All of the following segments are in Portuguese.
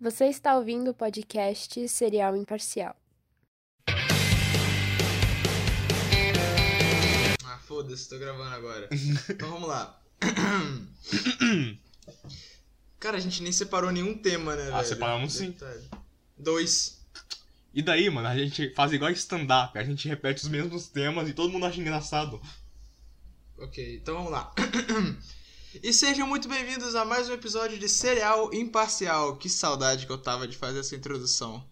Você está ouvindo o podcast Serial Imparcial. Ah, foda-se, tô gravando agora. então vamos lá. Cara, a gente nem separou nenhum tema, né, velho? Ah, separamos sim. Detalhe. Dois. E daí, mano, a gente faz igual stand-up, a gente repete os mesmos temas e todo mundo acha engraçado. Ok, então vamos lá. e sejam muito bem-vindos a mais um episódio de Serial Imparcial. Que saudade que eu tava de fazer essa introdução.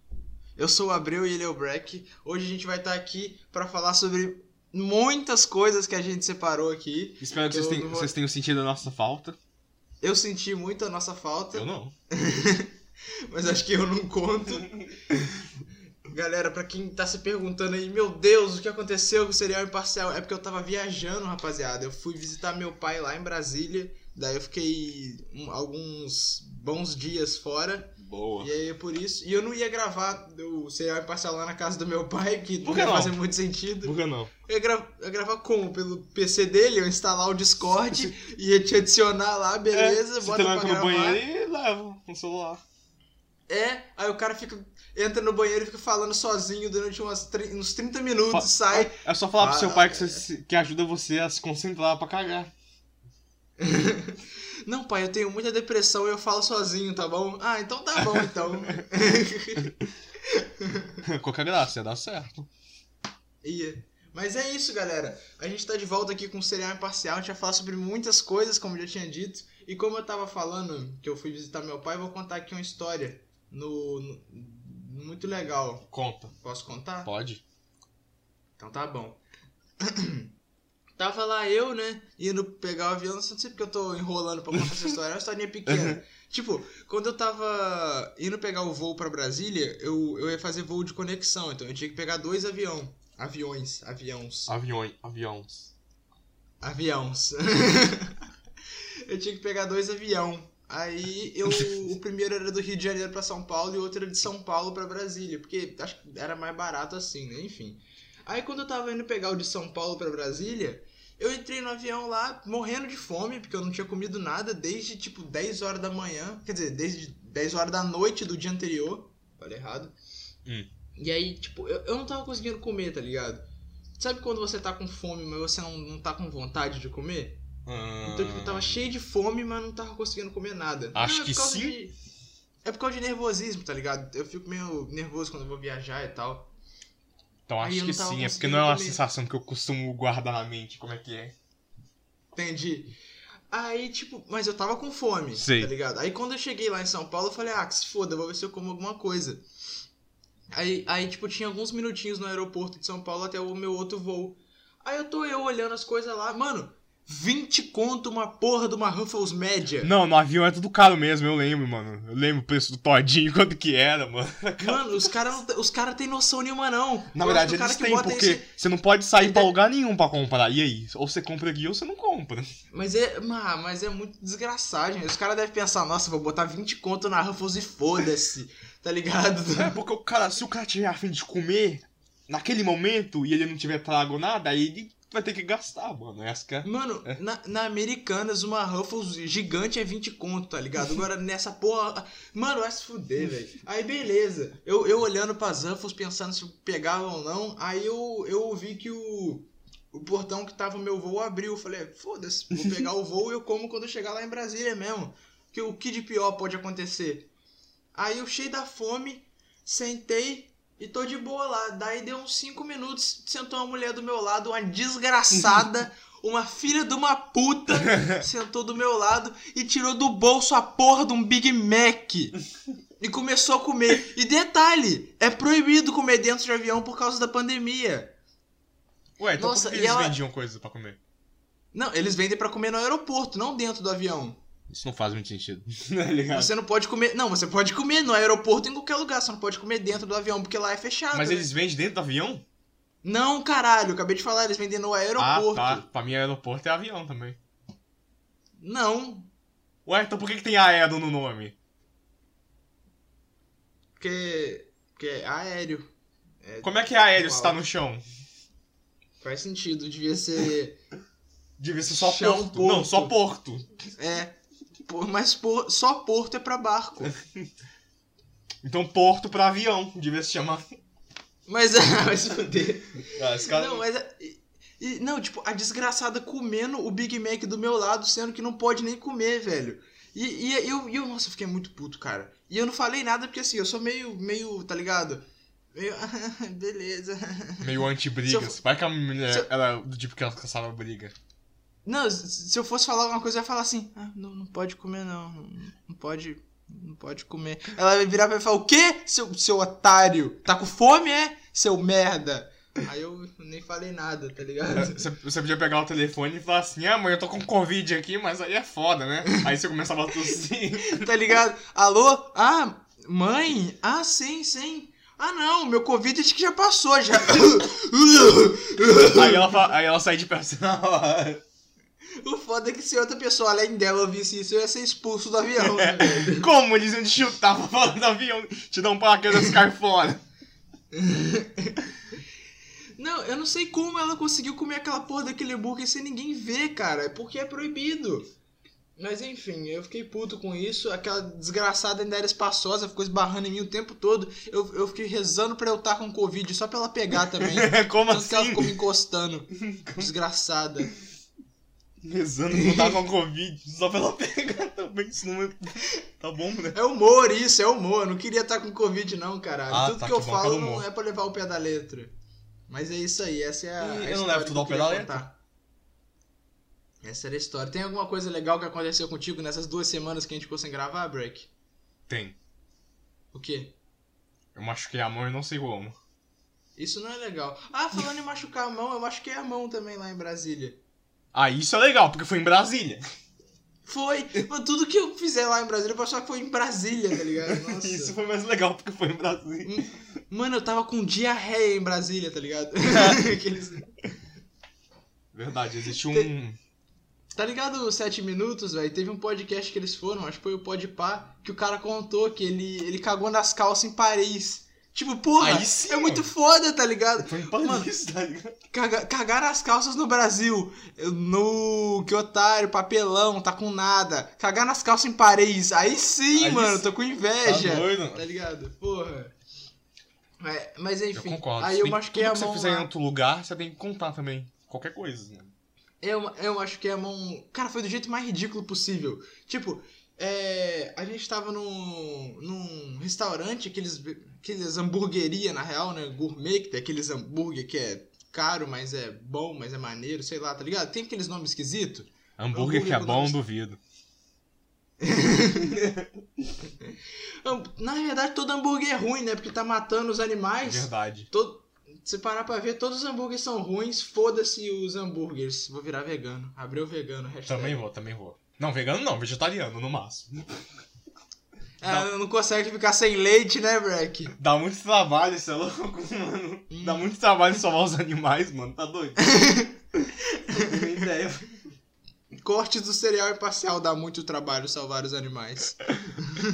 Eu sou o Abreu e ele é o Breck. Hoje a gente vai estar aqui pra falar sobre muitas coisas que a gente separou aqui. Espero que Eu vocês, tenham, não vou- vocês tenham sentido a nossa falta. Eu senti muito a nossa falta. Eu não. mas acho que eu não conto. Galera, pra quem tá se perguntando aí, meu Deus, o que aconteceu com o Serial Imparcial? É porque eu tava viajando, rapaziada. Eu fui visitar meu pai lá em Brasília. Daí eu fiquei um- alguns bons dias fora. Boa. E aí é por isso. E eu não ia gravar o Serial Imparcial lá na casa do meu pai, que Por não que ia não? fazer muito sentido. Por que não? Eu ia, gra- eu ia gravar como? Pelo PC dele, eu ia instalar o Discord, ia te adicionar lá, beleza, é, você bota pra tranca no gravar. banheiro e leva um celular. É, aí o cara fica. Entra no banheiro e fica falando sozinho durante umas, tri- uns 30 minutos, Fa- sai. É só falar pro seu Ah, pai que, você se- que ajuda você a se concentrar pra cagar. Não, pai, eu tenho muita depressão e eu falo sozinho, tá bom? Ah, então tá bom, então. Qualquer graça, ia dar certo. Ia. Mas é isso, galera. A gente tá de volta aqui com o Serial Imparcial. A gente vai falar sobre muitas coisas, como eu já tinha dito. E como eu tava falando que eu fui visitar meu pai, eu vou contar aqui uma história. No, no- muito legal. Conta. Posso contar? Pode. Então tá bom. Tava lá eu, né, indo pegar o avião, não sei porque eu tô enrolando pra contar essa história, é uma historinha pequena. tipo, quando eu tava indo pegar o voo pra Brasília, eu, eu ia fazer voo de conexão, então eu tinha que pegar dois avião. Aviões, aviões. Aviões. Aviões. Aviões. eu tinha que pegar dois avião. Aí eu. O primeiro era do Rio de Janeiro pra São Paulo e o outro era de São Paulo pra Brasília. Porque acho que era mais barato assim, né? Enfim. Aí quando eu tava indo pegar o de São Paulo pra Brasília, eu entrei no avião lá morrendo de fome, porque eu não tinha comido nada desde tipo 10 horas da manhã. Quer dizer, desde 10 horas da noite do dia anterior. Falei errado. Hum. E aí, tipo, eu, eu não tava conseguindo comer, tá ligado? Sabe quando você tá com fome, mas você não, não tá com vontade de comer? Então, tipo, eu tava cheio de fome, mas não tava conseguindo comer nada. Ah. Acho Não, é por que causa sim. de- É por causa de nervosismo, tá ligado? Eu fico meio nervoso quando eu vou viajar e tal. Então Aí eu acho que não tava sim, é porque conseguindo não é uma comer. sensação que eu costumo guardar na mente, como é que é. Entendi. Aí, tipo, mas eu tava com fome, Sei. tá ligado? Aí quando eu cheguei lá em São Paulo, eu falei, ah, que se foda, eu vou ver se eu como alguma coisa. Aí, aí, tipo, tinha alguns minutinhos no aeroporto de São Paulo até o meu outro voo. Aí eu tô eu olhando as coisas lá, mano, 20 conto uma porra de uma Ruffles média. Não, no avião é tudo caro mesmo, eu lembro, mano. Eu lembro o preço do todinho, quanto que era, mano. Mano, os caras os cara tem noção nenhuma, não. Na Eu acho que verdade, o eles cara que têm, bota porque esse- você não pode sair Ele pra tem- lugar nenhum pra comprar. E aí? Ou você compra aqui ou você não compra. Mas é, ma- mas é muito desgraçagem. Os caras devem pensar, nossa, vou botar 20 conto na Ruffles e foda-se. Tá ligado? É, porque o cara, se o cara tiver a fim de comer naquele momento e ele não tiver trago nada, aí ele vai ter que gastar, mano. Essa que é. Mano, na, na Americanas, uma Ruffles gigante é 20 conto, tá ligado? Agora nessa porra. Mano, vai se fuder, velho. Aí beleza. Eu, eu olhando pras Ruffles, pensando se pegava ou não. Aí eu, eu vi que o, o portão que tava o meu voo abriu. Eu Falei, foda-se, vou pegar o voo e eu como quando eu chegar lá em Brasília mesmo. Que o que de pior pode acontecer? Aí eu cheio da fome, sentei. E tô de boa lá. Daí deu uns 5 minutos, sentou uma mulher do meu lado, uma desgraçada, uma filha de uma puta sentou do meu lado e tirou do bolso a porra de um Big Mac. E começou a comer. E detalhe, é proibido comer dentro de avião por causa da pandemia. Ué, então Nossa, por que e eles ela- vendiam coisa pra comer? Não, eles vendem pra comer no aeroporto, não dentro do avião. Isso não faz muito sentido. Tá ligado? Você não pode comer. Não, você pode comer no aeroporto em qualquer lugar, você não pode comer dentro do avião, porque lá é fechado. Mas né? eles vendem dentro do avião? Não, caralho, acabei de falar, eles vendem no aeroporto. Ah, tá. Pra mim, aeroporto é avião também. Não, Ué, então por que, que tem aero no nome? porque. Porque é aéreo. Como é que é aéreo se tá no chão? Faz sentido, devia ser. Devia ser só Chão, porto. porto. Não, só porto. É. por- Mas por- só porto é pra barco. Então, porto pra avião, devia se chamar. Mas ah, vai se fuder. Ah, esse cara... Não, mas. a- e- e- não, tipo, a desgraçada comendo o Big Mac do meu lado, sendo que não pode nem comer, velho. E, e eu, e eu, nossa, eu fiquei muito puto, cara. E eu não falei nada porque assim, eu sou meio, meio, tá ligado? Meio, beleza. Meio anti-brigas. Vai que a mulher, se eu- ela é do tipo que ela caçava briga. Não, se se eu fosse falar alguma coisa, eu ia falar assim: ah, não, não pode comer, não. Não pode. Não pode comer. Ela vai virar pra mim e falar: o quê? Seu, seu otário? Tá com fome, é? Seu merda. Aí eu nem falei nada, tá ligado? Você você podia pegar o telefone e falar assim, ah mãe, eu tô com Covid aqui, mas aí é foda, né? Aí você começava a tossir. tá ligado? Alô? Ah, mãe? Ah, sim, sim. Ah, não, meu Covid acho que já passou, já. aí, ela, fa- aí ela sai de perto assim, "Ah, na hora. o foda é que se outra pessoa além dela ouvisse isso, eu ia ser expulso do avião. né, velho? Como eles iam te chutar pra fora do avião, te dar um paraquedas e cai fora. Não, eu não sei como ela conseguiu comer aquela porra daquele hambúrguer sem ninguém ver, cara. É Porque é proibido. Mas enfim, eu fiquei puto com isso. Aquela desgraçada ainda era espaçosa, ficou esbarrando em mim o tempo todo. Eu, eu fiquei rezando pra eu estar com Covid, só pra ela pegar também. Como Tanto que ela assim? ficou me encostando. Desgraçada. Rezando pra lutar com Covid, só pra ela pegar também, isso não é... Tá bom, né? É humor isso, é humor. Eu não queria estar com Covid, não, caralho. Ah, tudo tá, que eu que bom, falo pelo não humor. é pra levar o pé da letra. Mas é isso aí, essa é a. E a eu não história levo que tudo ao pé queria da letra. contar. Essa era a história. Tem alguma coisa legal que aconteceu contigo nessas duas semanas que a gente ficou sem gravar, Break? Tem. O quê? Eu machuquei a mão e não sei como. Isso não é legal. Ah, falando em machucar a mão, eu machuquei a mão também lá em Brasília. Ah, isso é legal, porque foi em Brasília. Foi! Mano, tudo que eu fizer lá em Brasília, eu posso falar que foi em Brasília, tá ligado? Nossa. Isso foi mais legal, porque foi em Brasília. Mano, eu tava com diarreia em Brasília, tá ligado? Aqueles- Verdade, existe um... Tá ligado os 7 minutos, velho? Teve um podcast que eles foram, acho que foi o Podpah, que o cara contou que ele, ele cagou nas calças em Paris. Tipo, porra, Aí sim, é mano. muito foda, tá ligado? Foi em Mano, Paris, tá ligado? Caga- cagar as calças no Brasil. Eu- No. Que otário, papelão, tá com nada. Cagar nas calças em Paris. Aí sim, Aí mano, sim. tô com Tá inveja. doido, Tá ligado? Porra. É, mas Eu enfim. concordo. Aí Você eu tem- machuquei tudo a que mão. você fizer lá. em outro lugar, você tem que contar também. Qualquer coisa, né? Eu, eu acho que é a mão. Cara, foi do jeito mais ridículo possível. Tipo, é, a gente tava num, num restaurante, aqueles, aqueles hamburgueria, na real, né? Gourmet, que tem aqueles hambúrguer que é caro, mas é bom, mas é maneiro, sei lá, tá ligado? Tem aqueles nomes esquisitos. Hambúrguer que é com bom, nome- duvido. Hum, Na verdade, todo hambúrguer é ruim, né? Porque tá matando os É animais. verdade. Todo, se parar pra ver, todos os hambúrgueres são ruins. Foda-se os hambúrgueres. Vou virar vegano. Abriu vegano, hashtag. Também vou, também vou. Não, vegano não, vegetariano no máximo. É, não consegue ficar sem leite, né, Breck? Dá muito trabalho, isso é louco, mano. Dá muito trabalho salvar os animais, mano. Tá doido. Não tenho ideia. Cortes do cereal imparcial dá muito trabalho salvar os animais.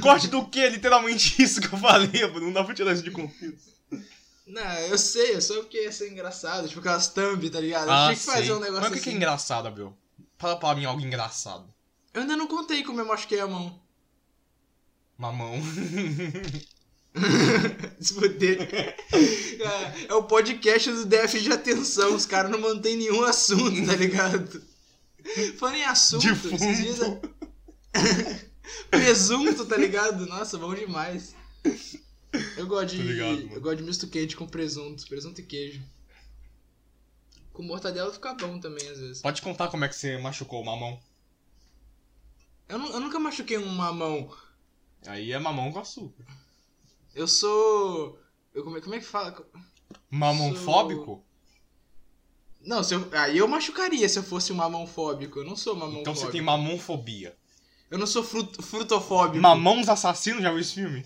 Corte do que? Literalmente isso que eu falei, mano. Não dá pra tirar isso de contexto. Não, eu sei, eu sei o que ia ser engraçado. Tipo aquelas thumb, tá ligado? Eu tinha que fazer um negócio Ah, Mas o que que é assim. engraçado, Abel? Fala pra mim algo engraçado. Eu ainda não contei como eu machuquei a mão. Mamão. Se fuder. É, é o podcast do déficit de atenção. Os caras não mantêm nenhum assunto, tá ligado? Falando em assunto, esses dias. é- Defunto. Presunto, tá ligado? Nossa, bom demais. Eu gosto de. Tô ligado, mano. eu gosto de misto quente com presunto. Presunto e queijo. Com mortadela fica bom também, às vezes. Pode contar como é que você machucou o mamão. Eu, nu- eu nunca machuquei uma mão. Aí é mamão com açúcar. Eu sou. Eu, como, é, como é que fala? Mamãofóbico? Não, se eu- aí eu machucaria se eu fosse um mamãofóbico. Eu não sou mamãofóbico. Então você tem mamãofobia. Eu não sou frut- frutofóbico. Mamãos assassinos, já viu esse filme?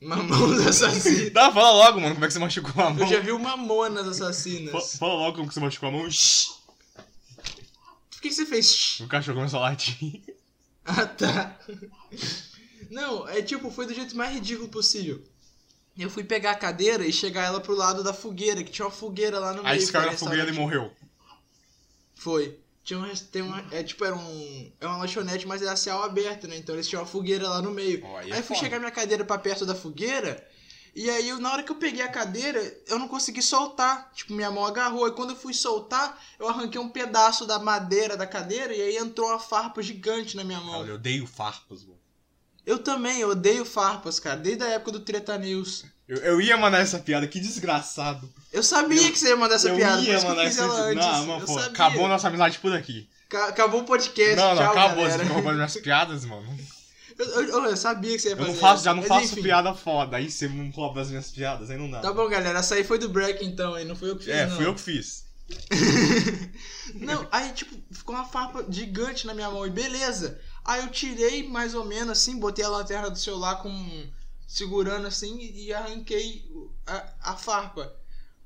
Mamãos assassinos. Dá, fala logo, mano, como é que você machucou a mão. Eu já vi o Mamonas Fa- assassinas. Fala logo como que você machucou a mão. Shhh. Por que que você fez? O cachorro começou a latir. Ah, tá. Não, é tipo, foi do jeito mais ridículo possível. Eu fui pegar a cadeira e chegar ela pro lado da fogueira, que tinha uma fogueira lá no meio. Aí esse cara cara na fogueira e morreu. Foi. Tinha um, res- tem uma, é tipo, era um. É uma lanchonete, mas era a céu aberto, né? Então eles tinham uma fogueira lá no meio. Ó, aí Aí, é eu fui foda. chegar minha cadeira pra perto da fogueira. E aí, eu- na hora que eu peguei a cadeira, eu não consegui soltar. Tipo, minha mão agarrou. E quando eu fui soltar, eu arranquei um pedaço da madeira da cadeira. E aí entrou uma farpa gigante na minha mão. Cara, eu odeio farpas, mano. Eu também, eu odeio farpas, cara. Desde a época do Treta News. Eu, eu ia mandar essa piada, que desgraçado. Eu sabia Eu- que você ia mandar essa eu piada, por ia isso que eu mandar fiz essa ela antes. Não, mano, eu pô, sabia. acabou nossa amizade por aqui. Ca- acabou o podcast, não, não, tchau, acabou. Você galera. ficou roubando minhas piadas, mano. Eu, eu- eu sabia que você ia Eu fazer não faço, isso, já não mas faço enfim. piada foda. Aí você não rouba as minhas piadas, aí não dá. Tá bom, galera, essa aí foi do break então, aí não foi eu que fiz, é, não. fui eu que fiz. Não, aí, tipo, ficou uma farpa gigante na minha mão e beleza. Aí eu tirei mais ou menos assim, botei a lanterna do celular com. segurando assim e arranquei o- a, a farpa.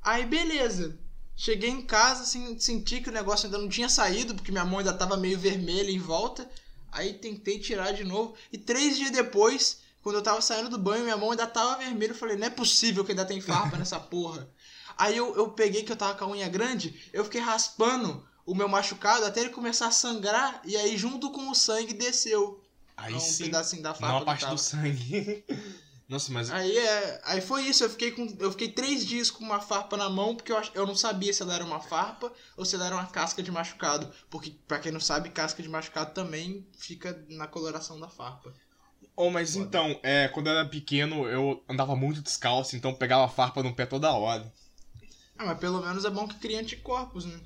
Aí beleza. Cheguei em casa, assim, senti que o negócio ainda não tinha saído, porque minha mão ainda tava meio vermelha em volta. Aí tentei tirar de novo. E três dias depois, quando eu tava saindo do banho, minha mão ainda tava vermelha. Eu falei, não é possível que ainda tem farpa nessa porra. Aí eu, eu peguei que eu tava com a unha grande, eu fiquei raspando o meu machucado até ele começar a sangrar. E aí, junto com o sangue, desceu Aí um sim, pedacinho da farpa. não a que parte tava. do sangue. Nossa, mas Aí, é, aí foi isso, eu fiquei, com, eu fiquei três dias com uma farpa na mão, porque eu, ach- eu não sabia se ela era uma farpa ou se ela era uma casca de machucado. Porque, pra quem não sabe, casca de machucado também fica na coloração da farpa. Oh, mas Foda. então, é, quando eu era pequeno, eu andava muito descalço, então eu pegava farpa no pé toda hora. Ah, mas pelo menos é bom que cria anticorpos, né?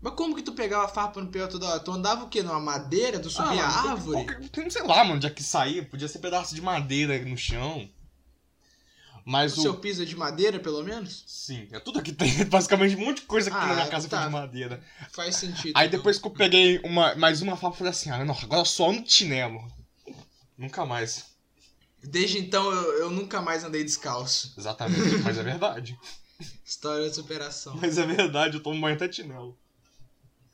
Mas como que tu pegava a farpa no pé toda hora? Tu andava o quê? Numa madeira? Tu subia a Ah, mano, Ah, árvore? qualquer- sei lá, mano, onde é que saía? Podia ser pedaço de madeira no chão. O Mas o. seu piso é de madeira, pelo menos? Sim, é tudo aqui tem. Basicamente, um monte de coisa que tem na Ah, minha casa foi tá. de madeira. Faz sentido. Aí então. depois que eu peguei uma, mais uma farpa, eu falei assim: ah, não, agora eu só ando de chinelo. Nunca mais. Desde então eu, eu nunca mais andei descalço. Exatamente, mas é verdade. História de superação. Mas é verdade, eu tomo banho até de chinelo.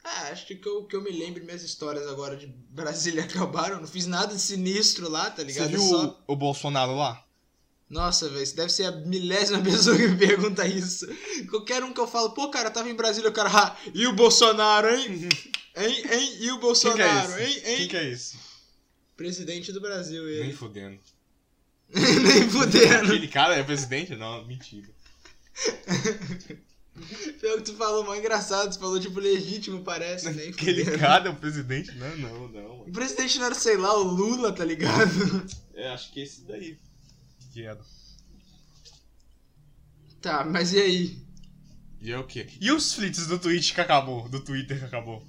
Ah, acho que eu, que eu me lembro minhas histórias agora de Brasília acabaram. Eu Não fiz nada de sinistro lá, tá Você ligado? viu É só- o, o Bolsonaro lá? Nossa, velho, isso deve ser a milésima pessoa que me pergunta isso. Qualquer um que eu falo, pô, cara, eu tava em Brasília, o cara, ah, e o Bolsonaro, hein? Hein, hein? E o Uhum. Quem que é Bolsonaro, esse? hein, hein? Quem que é esse? Presidente do Brasil, Nem ele. fudendo. Nem fudendo. Aquele cara é presidente? Não, mentira. Foi o que tu falou, mais engraçado. Tu falou, tipo, legítimo, parece. Nem Aquele fudendo. cara é o presidente? Não, não, não. O presidente não era, sei lá, o Lula, tá ligado? É, acho que é esse daí. Que é era. Tá, mas e aí? E é o quê? E os flits do Twitch que acabou? Do Twitter que acabou?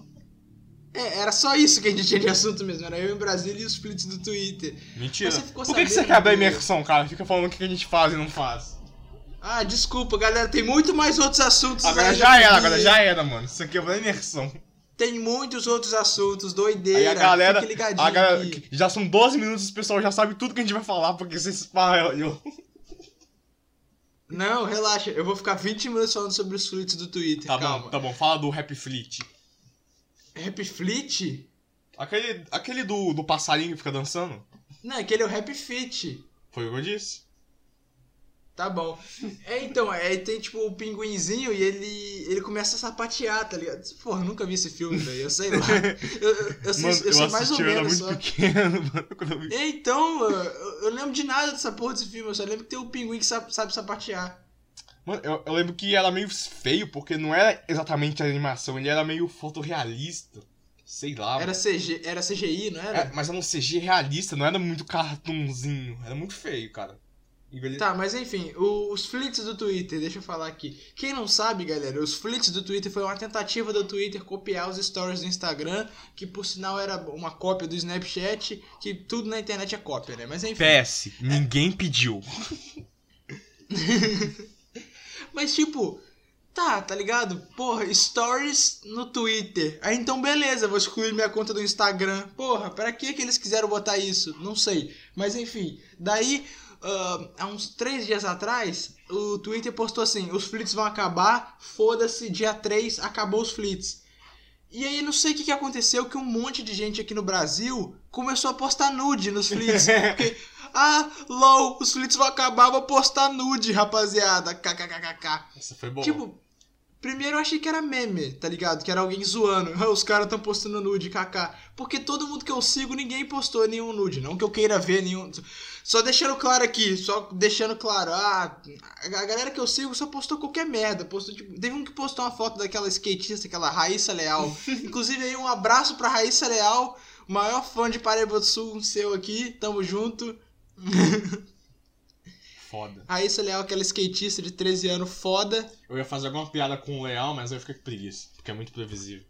É, era só isso que a gente tinha de assunto mesmo. Era eu em Brasília e os splits do Twitter. Mentira. Mas você ficou Por que, que você sabendo quebra a do- imersão, cara? Fica falando o que que a gente faz e não faz. Ah, desculpa, galera. Tem muito mais outros assuntos. né? Agora aí já da era, família. agora já era, mano. Você quebrou a imersão. Tem muitos outros assuntos. Aí Doideira. a galera. Fique ligadinho. A galera aqui. já são 12 minutos, o pessoal já sabe tudo que a gente vai falar, porque você espalhou. Não, relaxa. Eu vou ficar 20 minutos falando sobre os flits do Twitter. Tá bom, Calma. tá bom, fala do Rap Flit. Rap flit? Aquele, aquele do, do passarinho que fica dançando? Não, aquele é o rap fit. Foi o que eu disse? Tá bom. É, então, aí tem tipo o pinguinzinho e ele, ele começa a sapatear, tá ligado? Porra, eu nunca vi esse filme, velho. Eu sei lá. Eu, eu, eu sei, Mano, eu sei mais ou assisti, eu era menos. muito só. pequeno, mano. Quando eu vi. É, então, eu, eu- eu lembro de nada dessa porra desse filme, eu só lembro que tem o pinguim que sabe, sabe sapatear. Mano, eu, eu lembro que era meio feio, porque não era exatamente a animação, ele era meio fotorrealista. Sei lá. Era, mano. CG, era CGI, não era? É, mas era um CG realista, não era muito cartunzinho. Era muito feio, cara. E ele- Tá, mas enfim, o- os flits do Twitter, deixa eu falar aqui. Quem não sabe, galera, os flits do Twitter foi uma tentativa do Twitter copiar os stories do Instagram, que por sinal era uma cópia do Snapchat, que tudo na internet é cópia, né? Mas enfim. PS, ninguém pediu. Mas tipo, tá, tá ligado? Porra, stories no Twitter. Aí então beleza, vou excluir minha conta do Instagram. Porra, pra que que eles quiseram botar isso? Não sei. Mas enfim, daí ah, há uns três dias atrás, o Twitter postou assim: os flits vão acabar, foda-se, dia 3 acabou os flits. E aí não sei o que, que aconteceu, que um monte de gente aqui no Brasil começou a postar nude nos flits. Porque, ah, lol, os flits vão acabar, vou postar nude, rapaziada. KKKKK. Essa foi boa. Tipo, Primeiro eu achei que era meme, tá ligado? Que era alguém zoando. Ah, Os caras tão postando nude, kk. Porque todo mundo que eu sigo, ninguém postou nenhum nude. Não que eu queira ver nenhum. Só deixando claro aqui, só deixando claro. Ah, a galera que eu sigo só postou qualquer merda. Postou, tipo, teve um que postou uma foto daquela skatista, aquela Raíssa Leal. Inclusive aí um abraço pra Raíssa Leal, maior fã de Paraíba do Sul, seu aqui. Tamo junto. Foda. Raíssa Leal, aquela skatista de 13 anos foda. Eu ia fazer alguma piada com o leão, mas eu ia ficar com preguiça, porque é muito previsível.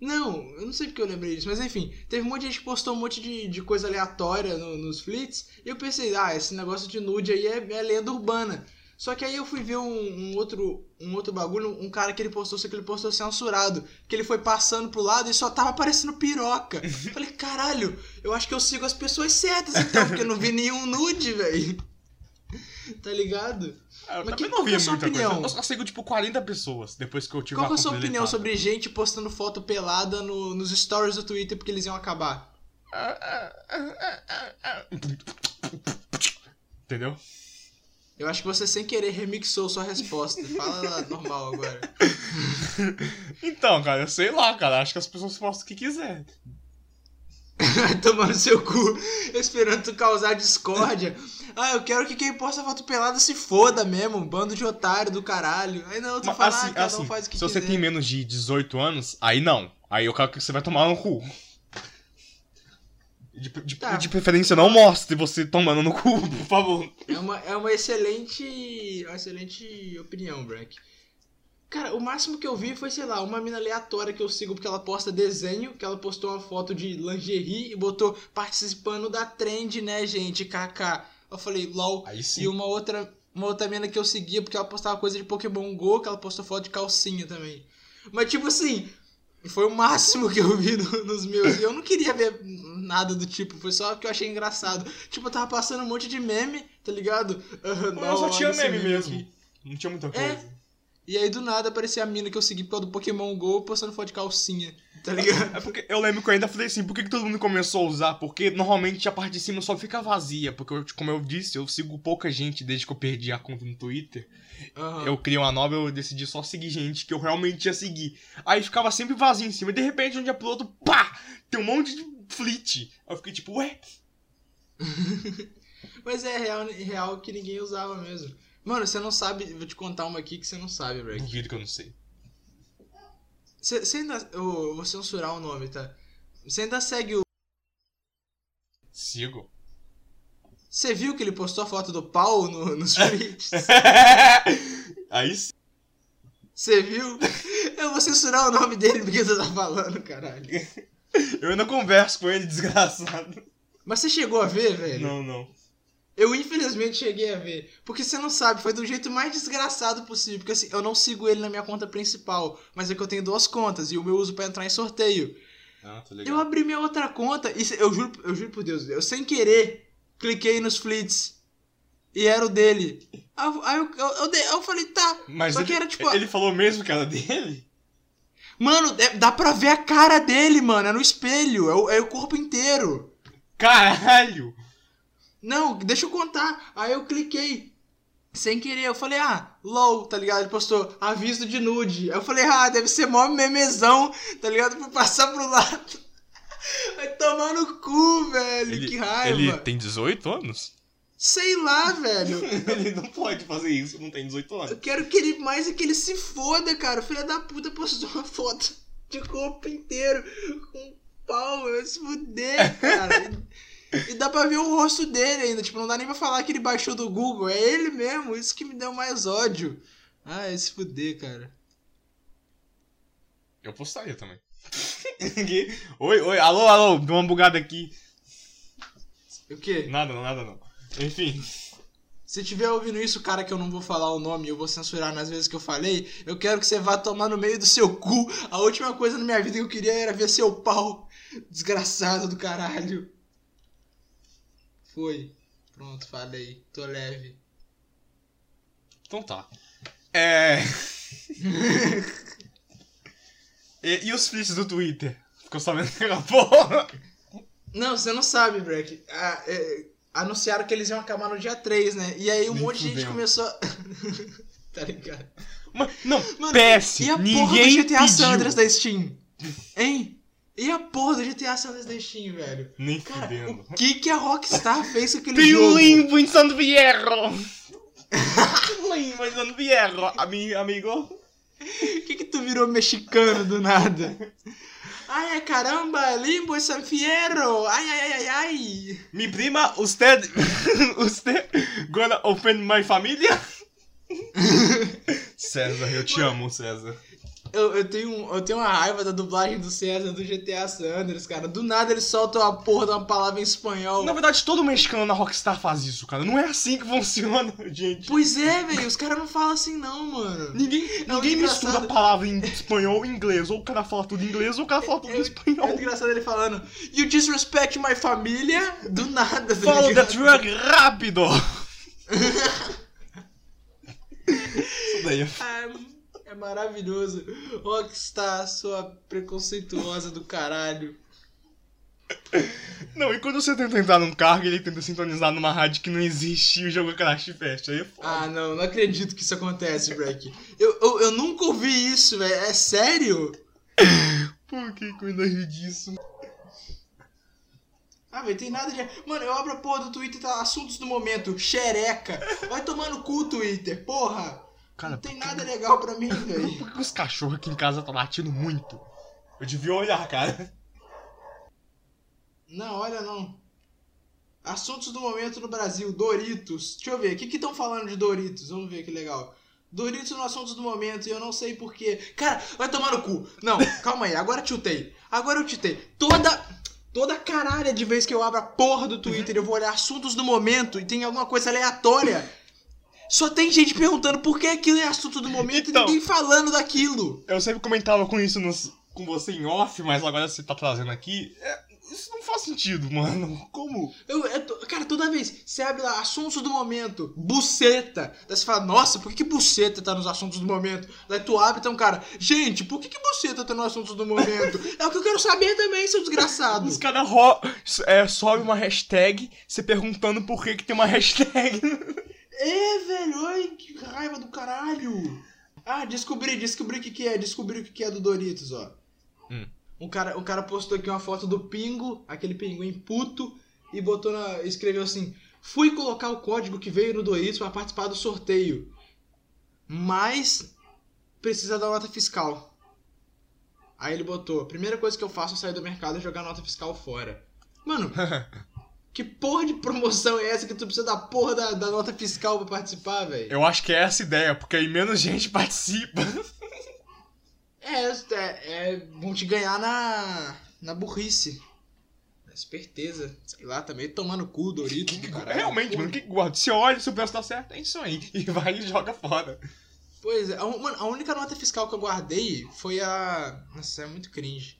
Não, eu não sei porque eu lembrei disso, mas enfim, teve um monte de gente que postou um monte de, de coisa aleatória no- nos flits, e eu pensei, ah, esse negócio de nude aí é, é lenda urbana. Só que aí eu fui ver um, um outro um outro bagulho, um cara que ele postou, só que ele postou censurado, que ele foi passando pro lado e só tava aparecendo piroca. Eu Falei, caralho, eu acho que eu sigo as pessoas certas então, porque eu não vi nenhum nude, velho. Tá ligado? Ah, Eu Mas também que- não qual que é via a sua muita opinião? coisa. Eu só sigo tipo 40 pessoas depois que eu tive Qual uma que é a sua conta opinião deletada. sobre gente postando foto pelada no- nos stories do Twitter porque eles iam acabar? Ah, ah, ah, ah, ah, ah. Entendeu? Eu acho que você sem querer remixou sua resposta. Fala lá, normal agora. Então, cara, eu sei lá, cara. Acho que as pessoas postam o que quiser. Vai tomar no seu cu, esperando tu causar discórdia. Ah, eu quero que quem posta foto pelada se foda mesmo, um bando de otário do caralho. Aí não, tu Mas, fala, assim, ah, cada assim, um faz o que se você quiser. tem menos de 18 anos, aí não. Aí eu quero que você vai tomar no cu. De, de- Tá. de preferência, não mostre você tomando no cu, por favor. É uma, é uma excelente. é Uma excelente opinião, Breck. Cara, o máximo que eu vi foi, sei lá, uma mina aleatória que eu sigo porque ela posta desenho, que ela postou uma foto de lingerie e botou participando da trend, né, gente? KK. Eu falei, lol. Aí E uma outra, uma outra mina que eu seguia, porque ela postava coisa de Pokémon GO, que ela postou foto de calcinha também. Mas tipo assim, foi o máximo que eu vi no- nos meus. E eu não queria ver nada do tipo, foi só que eu achei engraçado. Tipo, eu tava passando um monte de meme, tá ligado? Ah, Mas não, só olha tinha esse meme meme mesmo. É. aqui. Não tinha muita coisa. E aí do nada aparecia a mina que eu segui por causa do Pokémon GO postando foto de calcinha, tá ligado? É porque eu lembro que eu ainda falei assim, por que, que todo mundo começou a usar? Porque normalmente a parte de cima só fica vazia, porque eu, como eu disse, eu sigo pouca gente desde que eu perdi a conta no Twitter. Aham. Eu criei uma nova, eu decidi só seguir gente que eu realmente ia seguir. Aí ficava sempre vazio em cima, e de repente, de um dia pro outro, pá! Tem um monte de flit. Aí eu fiquei tipo, ué? Mas é real, real que ninguém usava mesmo. Mano, você não sabe, vou te contar uma aqui que você não sabe, Breck. Duvido que eu não sei. Você você ainda. Eu vou censurar o nome, tá? Você ainda segue o. Sigo. Você viu que ele postou a foto do pau no, nos tweets? Aí sim. Você viu? Eu vou censurar o nome dele porque você tá falando, caralho. Eu ainda converso com ele, desgraçado. Mas você chegou a ver, velho? Não, não. Eu infelizmente cheguei a ver. Porque você não sabe, foi do jeito mais desgraçado possível. Porque assim, eu não sigo ele na minha conta principal. Mas é que eu tenho duas contas e o meu uso pra entrar em sorteio. Ah, tô Eu abri minha outra conta e se- eu juro, eu juro por Deus, eu sem querer cliquei nos flits e era o dele. Aí eu, aí eu, eu- eu dei- eu falei, tá. Mas Só ele, que era tipo. ele falou mesmo que era dele? Mano, é- dá pra ver a cara dele, mano. É no espelho, é o, é o corpo inteiro. Caralho! Não, deixa eu contar. Aí eu cliquei. Sem querer, eu falei, ah, LOL, tá ligado? Ele postou aviso de nude. Aí eu falei, ah, deve ser mó memezão, tá ligado? Pra passar pro lado. Vai tomar no cu, velho. que raiva. Ele tem 18 anos? Sei lá, velho. ele não pode fazer isso, não tem 18 Eu anos. quero que ele mais é que ele se foda, cara. O filho da puta postou uma foto de corpo inteiro com um pau, eu se fuder, cara. E- E dá pra ver o rosto dele ainda, tipo, não dá nem pra falar que ele baixou do Google, é ele mesmo, isso que me deu mais ódio. Ah, esse fuder, cara. Eu postaria também. Ninguém- oi, oi, alô, alô, deu uma bugada aqui. O quê? Nada, não, nada, não. Enfim, Se tiver ouvindo isso, cara, que eu não vou falar o nome, eu vou censurar nas vezes que eu falei, eu quero que você vá tomar no meio do seu cu. A última coisa na minha vida que eu queria era ver seu pau. Desgraçado do caralho. Foi. Pronto, falei. Tô leve. então tá. É. e, e os flits do Twitter? Ficou sabendo que era porra? Não, você não sabe, Breck. Ah, é, anunciaram que eles iam acabar no dia 3, né? E aí um Nem monte de gente fudendo. começou. a- tá ligado? Mas, não, Mano, PS, E a porra do ninguém GTA pediu. Sandras da Steam? Hein? E a porra do GTA Sandras da Steam, velho? Nem Cara, fudendo. o que que a Rockstar fez com aquele Tem um jogo? limbo em Santo Vierro! Um limbo em Santo Vierro, ami- amigo. Por que que tu virou mexicano do nada? Ai, ai, caramba, limbo e San Fierro. Ai, ai, ai, ai, ai. Mi prima, usted. usted. Gonna offend my família? César, eu te amo, César. Eu, eu, tenho, um- eu tenho uma raiva da dublagem do César do GTA Sanders, cara. Do nada eles soltam a porra de uma palavra em espanhol. Na verdade, todo mexicano na Rockstar faz isso, cara. Não é assim que funciona, gente. Pois é, velho, os caras não falam assim não, mano. Ninguém, É ninguém muito mistura a engraçado. palavra em espanhol e inglês. Ou o cara fala tudo em inglês ou o cara fala tudo em É muito espanhol. engraçado ele falando You disrespect my família Do nada, tá Follow the ligado? truck rápido! Isso daí é É, é maravilhoso Rockstar, sua preconceituosa do caralho Não, e quando você tenta entrar num cargo, ele tenta sintonizar numa rádio que não existe e o jogo crash e fecha. Aí é foda. Ah, não, não acredito que isso acontece, Breck eu, eu, eu nunca ouvi isso, velho É sério? Por que que eu ainda ri disso? Ah, velho, tem nada de... Mano, eu abro a porra do Twitter tá assuntos do momento Xereca Vai tomar no cu, Twitter, porra Cara, Não tem nada legal pra mim, velho por que os cachorros aqui em casa estão latindo muito? Eu devia olhar, cara. Não, olha não. Assuntos do momento no Brasil, Doritos. Deixa eu ver, o que estão falando de Doritos? Vamos ver que legal. Doritos no assuntos do momento e eu não sei porquê. Cara, vai tomar no cu. Não, calma aí, agora tiltei. Agora eu tiltei. Toda. Toda caralha de vez que eu abro a porra do Twitter, eu vou olhar assuntos do momento e tem alguma coisa aleatória. Só tem gente perguntando por que aquilo é assunto do momento Então. e ninguém falando daquilo. Eu sempre comentava com isso nos- com você em off, mas agora você tá trazendo aqui. É, isso não faz sentido, mano. Como? Eu, eu tô- cara, toda vez você abre lá assuntos do momento, buceta. Daí você fala, nossa, por que, que buceta tá nos assuntos do momento? Daí tu abre e tem um cara, gente, por que, que buceta tá nos assuntos do momento? É o que eu quero saber também, seu desgraçado. Os caras ro- é, sobe uma hashtag se perguntando por que, que tem uma hashtag. É, velho, ai, que raiva do caralho. Ah, descobri, descobri o que, que é, descobri o que, que é do Doritos, ó. Hum. Um, cara, um cara postou aqui uma foto do Pingo, aquele pinguim puto, e botou na. escreveu assim: Fui colocar o código que veio no Doritos pra participar do sorteio. Mas precisa da nota fiscal. Aí ele botou, a primeira coisa que eu faço ao sair do mercado é jogar a nota fiscal fora. Mano, que porra de promoção é essa que tu precisa da porra da, da nota fiscal pra participar, velho? Eu acho que é essa a ideia, porque aí menos gente participa. É, é, é, vão te ganhar na, na burrice. Na esperteza. Sei lá, também tomando cu, Dorito. do caralho. Realmente, né? mano, o que que guarda? Você olha, se o preço tá certo, é isso aí. E vai e joga fora. Pois é, a, un- mano, a única nota fiscal que eu guardei foi a. Nossa, é muito cringe.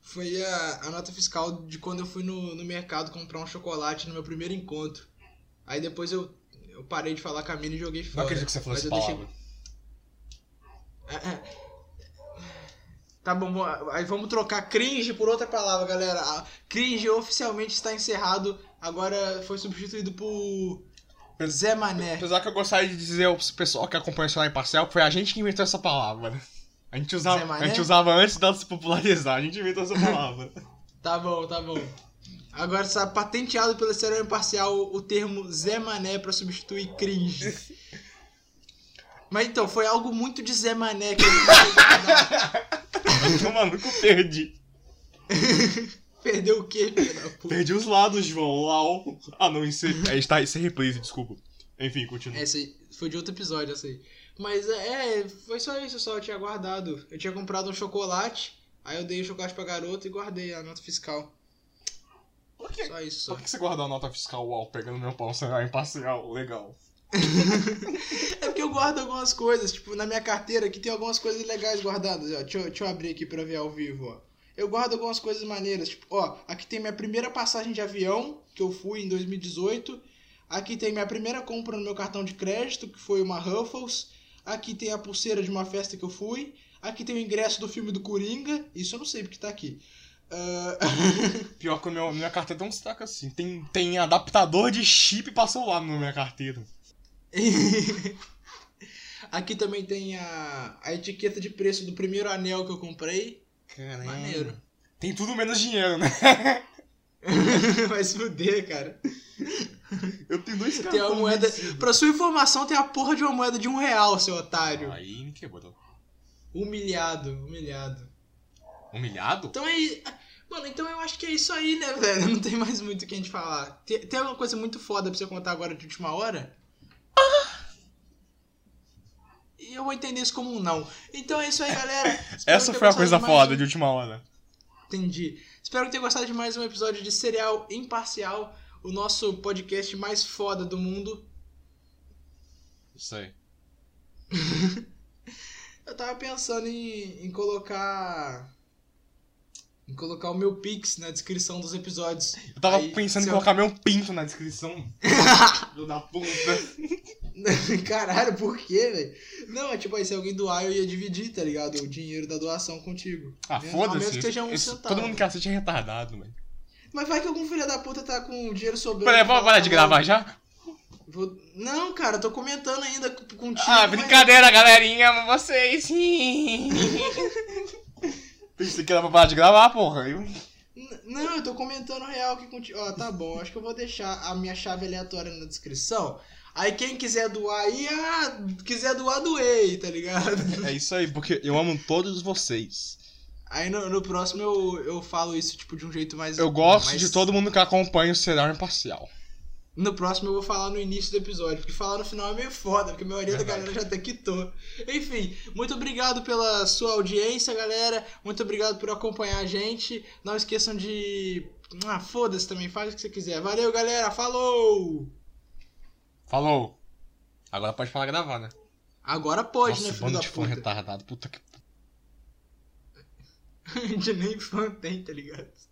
Foi a, a nota fiscal de quando eu fui no, no mercado comprar um chocolate no meu primeiro encontro. Aí depois eu, eu parei de falar com a mina e joguei fora. acredito que você falou Mas essa eu deixei- palavra. É, é. Tá bom, bom, aí vamos trocar cringe por outra palavra, galera. A cringe oficialmente está encerrado, agora foi substituído por Zé Mané. Apesar que eu gostaria de dizer ao pessoal que acompanha o Solar Parcel que foi a gente que inventou essa palavra. né? A gente Zé usava, Mané? a gente usava antes dela se popularizar, a gente inventou essa palavra. Tá bom, tá bom. Agora está patenteado pela Serão Imparcial o termo Zé Mané para substituir cringe. Mas então, foi algo muito de Zé Mané que eu Então, maluco, perdi. perdeu o quê, filho da puta? Perdi os lados, João. Lau. Ah, não, isso é, é, está, isso é reprise, desculpa. Enfim, continua. Essa É, aí- foi de outro episódio essa aí. Mas é, é, foi só isso, só eu tinha guardado. Eu tinha comprado um chocolate, aí eu dei o chocolate pra garota e guardei a nota fiscal. Por que, Só isso, só. por que você guardou a nota fiscal UAU pegando meu pau Solar Imparcial? Legal. É porque eu guardo algumas coisas, tipo, na minha carteira aqui tem algumas coisas legais guardadas, ó. Deixa eu, deixa eu abrir aqui pra ver ao vivo, ó. Eu guardo algumas coisas maneiras, tipo, ó, aqui tem minha primeira passagem de avião, que eu fui em 2018. Aqui tem minha primeira compra no meu cartão de crédito, que foi uma Ruffles. Aqui tem a pulseira de uma festa que eu fui. Aqui tem o ingresso do filme do Coringa. Isso eu não sei porque tá aqui. Ah, Pior que o meu, minha carteira tem uns tracas assim. Tem, tem adaptador de chip pra celular na minha carteira. Aqui também tem a, a etiqueta de preço do primeiro anel que eu comprei. Caramba. Maneiro. Tem tudo menos dinheiro, né? Vai se fuder, cara. Eu tenho dois cartões. Tem uma moeda. Pra sua informação, tem a porra de uma moeda de um real, seu otário. Aí me quebrou. Humilhado, humilhado. Humilhado? Então é. i- Mano, então eu acho que é isso aí, né, velho? Não tem mais muito o que a gente falar. Tem, tem alguma coisa muito foda pra você contar agora de última hora? E eu vou entender isso como um não. Então é isso aí, galera. Espero Essa ter foi a gostado coisa de mais foda um- de última hora. Entendi. Espero que tenha gostado de mais um episódio de Serial Imparcial, o nosso podcast mais foda do mundo. Isso aí. Eu tava pensando em, em colocar. Em colocar o meu Pix na descrição dos episódios. Eu tava Aí, pensando em seu- colocar meu pinto na descrição. Filho da puta. Caralho, por quê, velho? Não, é tipo aí, se alguém doar, eu ia dividir, tá ligado? O dinheiro da doação contigo. Ah, Mesmo- Ao menos foda-se. que seja um Esse- centavo. Todo mundo que assiste é retardado, velho. Mas vai que algum filho da puta tá com dinheiro sobrando. Peraí, vamos parar de um gravar já? Vou- Não, cara, eu tô comentando ainda c- contigo. Ah, mas- brincadeira, galerinha, amo vocês. Pensei que era pra parar de gravar, porra. Eu- N- Não, eu tô comentando real que contigo. Ó, tá bom, acho que eu vou deixar a minha chave aleatória na descrição. Aí quem quiser doar aí, ah, quiser doar, doei, tá ligado? É isso aí, porque eu amo todos vocês. Aí no, no próximo eu, eu falo isso, tipo, de um jeito mais. Eu gosto mais- de todo mundo que acompanha o Serial Imparcial. No próximo eu vou falar no início do episódio, porque falar no final é meio foda, porque a maioria da Verdade. galera já até quitou. Enfim, muito obrigado pela sua audiência, galera. Muito obrigado por acompanhar a gente. Não esqueçam de. Ah, foda-se também, faz o que você quiser. Valeu, galera, falou! Falou. Agora pode falar gravar, né? Agora pode, né, Nossa, filho bando da de fã puta? retardado. Puta que A gente nem fã tem, tá ligado?